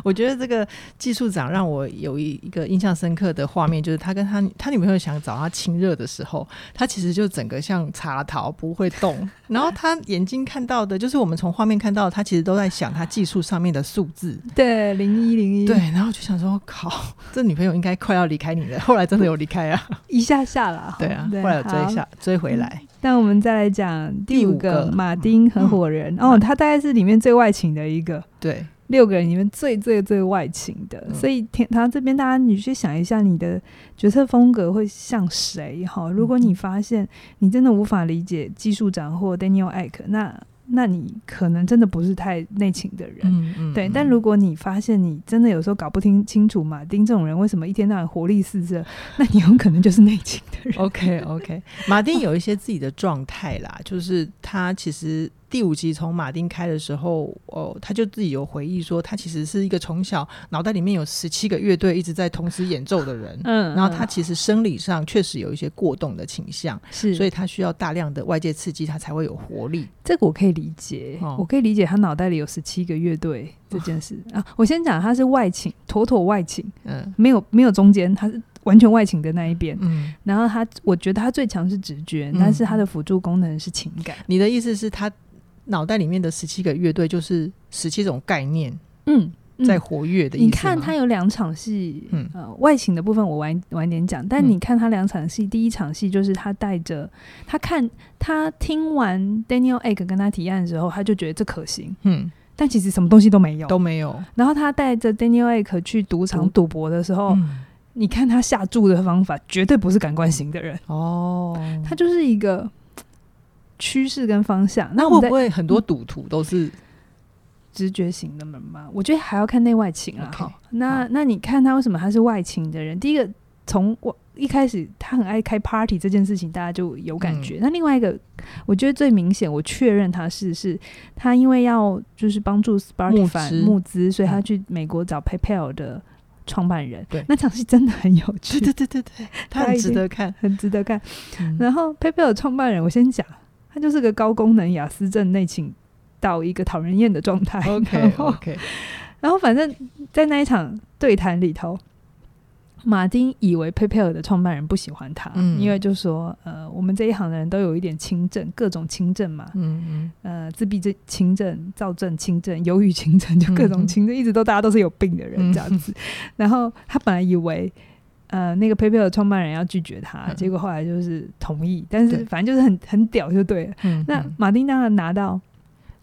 我觉得这个技术长让我有一一个印象深刻的画面，就是他跟他他女朋友想找他亲热的时候，他其实就整个像茶桃不会动，然后他眼睛看到的，就是我们从画面看到的，他其实都在想他技术上面的数字。 <laughs> 对，零一零一，对，，然后就想说，靠，这女朋友应该快要离开你了。后来真的有离开啊，一下下啦。对啊，对后来有追好嗯下追回来。那我们再来讲第五第五个个嗯马丁合伙人、哦，他大概是里面最外倾的一个，对，六个人里面最最最外倾的。嗯所以天他这边大家你去想一下，你的决策风格会像谁哈？如果你发现你真的无法理解技术长或 Daniel Ek，那那你可能真的不是太内倾的人。嗯嗯对，但如果你发现你真的有时候搞不清清楚马丁这种人为什么一天到晚活力四射，那你有可能就是内倾的人。 OK OK，马丁有一些自己的状态啦， <laughs> 就是他其实第五集从马丁开的时候，哦，他就自己有回忆说，他其实是一个从小脑袋里面有十七个乐队一直在同时演奏的人。 <laughs> 嗯然后他其实生理上确实有一些过动的倾向，是，所以他需要大量的外界刺激，他才会有活力。这个我可以理解，哦我可以理解他脑袋里有十七个乐队这件事、啊。我先讲他是外倾，妥妥外倾，嗯没有没有中间，他是完全外倾的那一边。嗯，然后他，我觉得他最强是直觉，嗯但是他的辅助功能是情感。你的意思是他脑袋里面的十七个乐队就是十七种概念嗯，嗯在活跃的意思、你看他，有两场戏，嗯呃，外形的部分我晚晚点讲，但嗯你看他两场戏，第一场戏就是他带着他看他听完 Daniel Egg 跟他提案之后，他就觉得这可行，嗯，但其实什么东西都没有。都没有。然后他带着 Daniel Egg 去赌场赌博的时候，嗯你看他下注的方法，绝对不是感官型的人，哦，他就是一个嘖趋势跟方向。那那我会们在嗯不会很多赌徒都 <laughs> 是直觉型的人嘛，我觉得还要看内外倾啊。 OK，哈那好那你看他为什么他是外倾的人？第一个从我一开始他很爱开 party 这件事情，大家就有感嗯觉。那另外一个，我觉得最明显，我确认他是是他因为要就是帮助 Spotify 资募资，所以他嗯去美国找 PayPal 的创办人。对那场戏真的很有趣，对对对对对，他他很已值经得 <laughs> 看。很值得看。 <laughs> 嗯然后 PayPal 的创办人，我先讲，他就是个高功能雅思症内倾到一个讨人厌的状态。然 OK 哦后 OK，然后反正，在那一场对谈里头，马丁以为佩佩尔的创办人不喜欢他，嗯因为就说，呃，我们这一行的人都有一点轻症，各种轻症嘛，嗯呃，自闭症、轻症、躁症、轻症、忧郁轻症，就各嗯种嗯轻症，一直都大家都是有病的人嗯这样子。然后他本来以为。呃，那个 PayPal 的创办人要拒绝他，嗯结果后来就是同意，但是对反正就是很很屌就对了。嗯，那嗯马丁当然拿到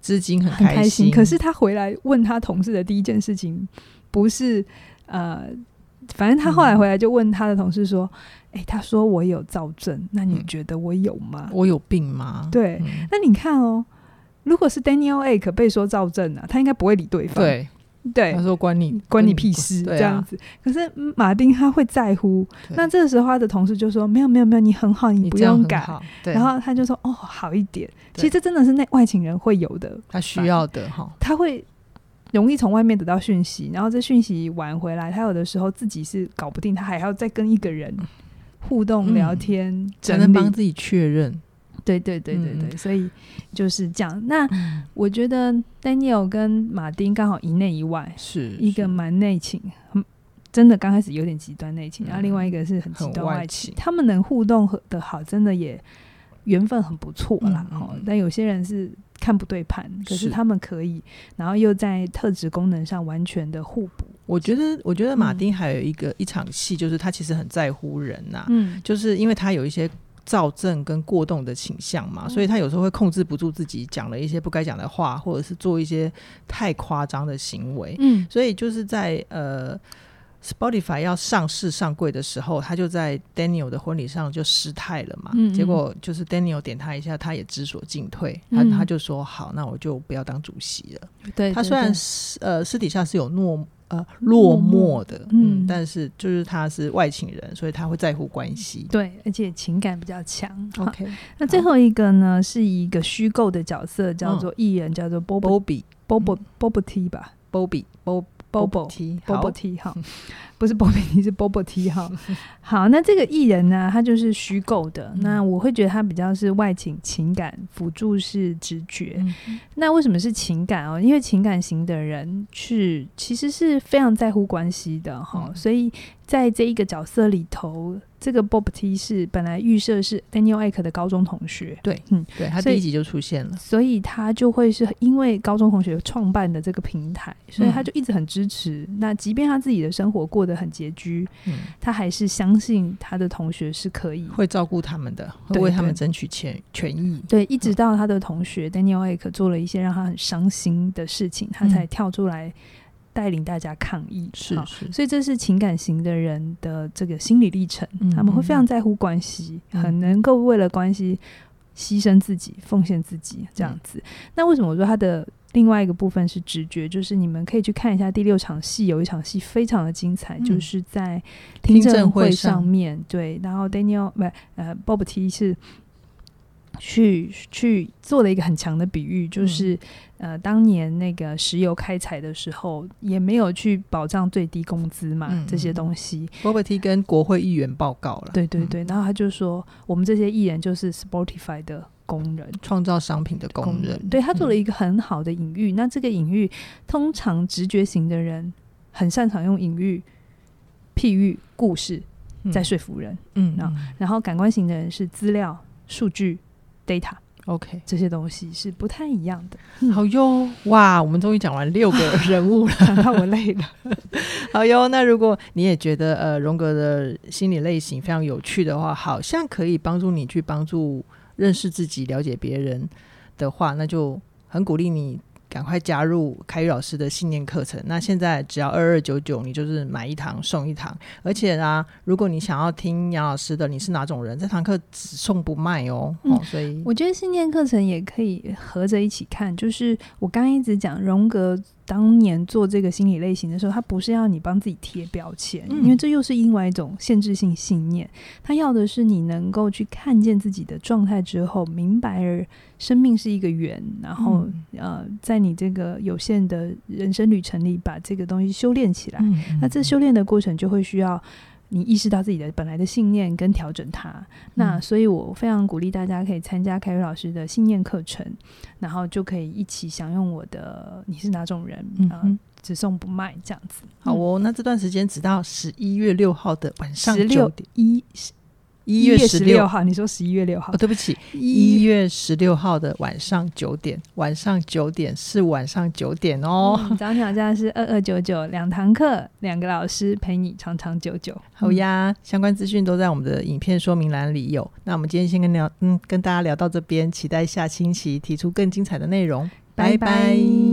资金很很开心，可是他回来问他同事的第一件事情，不是呃，反正他后来回来就问他的同事说：“诶，他说我有躁症，那你嗯觉得我有吗我有病吗？？”对，嗯，那你看哦，如果是 Daniel A 可被说躁症啊，他应该不会理对方，对，对他，说关你关你屁事对啊这样子。可是嗯马丁他会在乎，对啊那这时候他的同事就说：“没有没有没有，你很好，你你不这样用很改。好”对，然后他就说：“哦，好一点。”对其实这真的是内外情人会有的他需要的哈，他会容易从外面得到讯息，然后这讯息玩回来，他有的时候自己是搞不定，他还要再跟一个人互动、嗯聊天、才整能理。帮自己确认。对对对对对，嗯所以就是这样。那嗯我觉得 Daniel 跟马丁刚好一内一外，是一个是蛮内倾，很真的刚开始有点极端内倾，嗯然后另外一个是很极端很外外倾，倾他们能互动和的好，真的也缘分很不错啦。嗯嗯哦嗯，但有些人是看不对盘，可是是他们可以，然后又在特质功能上完全的互补。我觉得，我觉得马嗯丁还有一个、一场戏，就是他其实很在乎人呐、嗯，就是因为他有一些躁症跟过动的倾向嘛，嗯所以他有时候会控制不住自己讲了一些不该讲的话，或者是做一些太夸张的行为。嗯，所以就是在呃，Spotify 要上市上柜的时候，他就在 Daniel 的婚礼上就失态了嘛。嗯嗯结果就是 Daniel 点他一下，他也知所进退，嗯他他就说好，那我就不要当主席了。对他对虽然对是呃私底下是有落呃落寞的，嗯嗯，但是就是他是外请人，所以他会在乎关系。对，而且情感比较强。好 OK，那最后一个呢，是一个虚嗯构的角色，叫做艺人，叫做 Bobo Bobby Bobo Bobo T 吧。 Bobby Bob Bobo。嗯 T Bobo T 哈， <laughs> 不是 Bobo T 是 Bobo T <laughs> 哈。好，那这个艺人呢，他就是虚构的。嗯那我会觉得他比较是外倾情感，辅助是直觉。嗯那为什么是情感哦？因为情感型的人是其实是非常在乎关系的哈、嗯所以在这一个角色里头，这个 Bob T 是本来预设是 Daniel Ek 的高中同学，对他所第以一集就出现了，所以他就会是因为高中同学创办的这个平台，所以嗯他就一直很支持。那即便他自己的生活过得很拮据，嗯，他还是相信他的同学是可以。会照顾他们的，会对为他们对争取权权益。对，一直到他的同学 Daniel Ek 做了一些让他很伤心的事情，他才嗯跳出来带领大家抗议。是好是，所以这是情感型的人的这个心理历程，嗯他们会非常在乎关系，嗯很能够为了关系牺牲自己、奉献自己嗯这样子。那为什么我说他的另外一个部分是直觉？就是你们可以去看一下第六场戏，有一场戏非常的精彩，嗯就是在听听证证会会上上面，对，然后 Daniel 不呃 Bob T 是。去去做了一个很强的比喻，嗯就是、呃，当年那个石油开采的时候，也没有去保障最低工资嘛，嗯这些嗯东西。 Bobo T 跟国会议员报告了，对对嗯，对，然后他就说，我们这些艺人就是 Spotify 的工人。创造商品的工人，对他做了嗯一个很好的隐喻。那这个隐喻，通常直觉型的人很擅长用隐喻、譬喻、故事在说服人，嗯嗯啊嗯然后感官型的人是资料、数据、data ，OK，这些东西是不太一样的。嗯好哟，哇，我们终于讲完六 <laughs> 个人物了，讲到我累了， <laughs> 好哟。那如果你也觉得呃荣格的心理类型非常有趣的话，好像可以帮助你去帮助认识自己、了解别人的话，那就很鼓励你。赶快加入凯宇老师的信念课程。那现在只要二二九九，你就是买一堂送一堂。而且啊，如果你想要听杨老师的，你是哪种人，这堂课只送不卖哦。哦，所以嗯我觉得信念课程也可以合着一起看。就是我刚刚一直讲，荣格当年做这个心理类型的时候，他不是要你帮自己贴标签，嗯因为这又是另外一种限制性信念。他要的是你能够去看见自己的状态之后，明白了生命是一个圆，然后、嗯呃，在你这个有限的人生旅程里，把这个东西修炼起来。那这修炼的过程就会需要你意识到自己的本来的信念跟调整它。嗯那所以我非常鼓励大家可以参加凯宇老师的信念课程，然后就可以一起享用我的你是哪种人嗯啊、哼呃，只送不卖这样子。好哦，那这段时间直到十一月六号的晚上九16点，一一月十十六六。号，你说十一月六号哦，，对不起，一月十六号的晚上九点，晚上九点是晚上九点哦。嗯早鸟价是二二九九，两堂课，两个老师陪你长长久久。好呀，相关资讯都在我们的影片说明栏里有。那我们今天先跟聊，嗯，跟大家聊到这边，期待下星期提出更精彩的内容。拜拜拜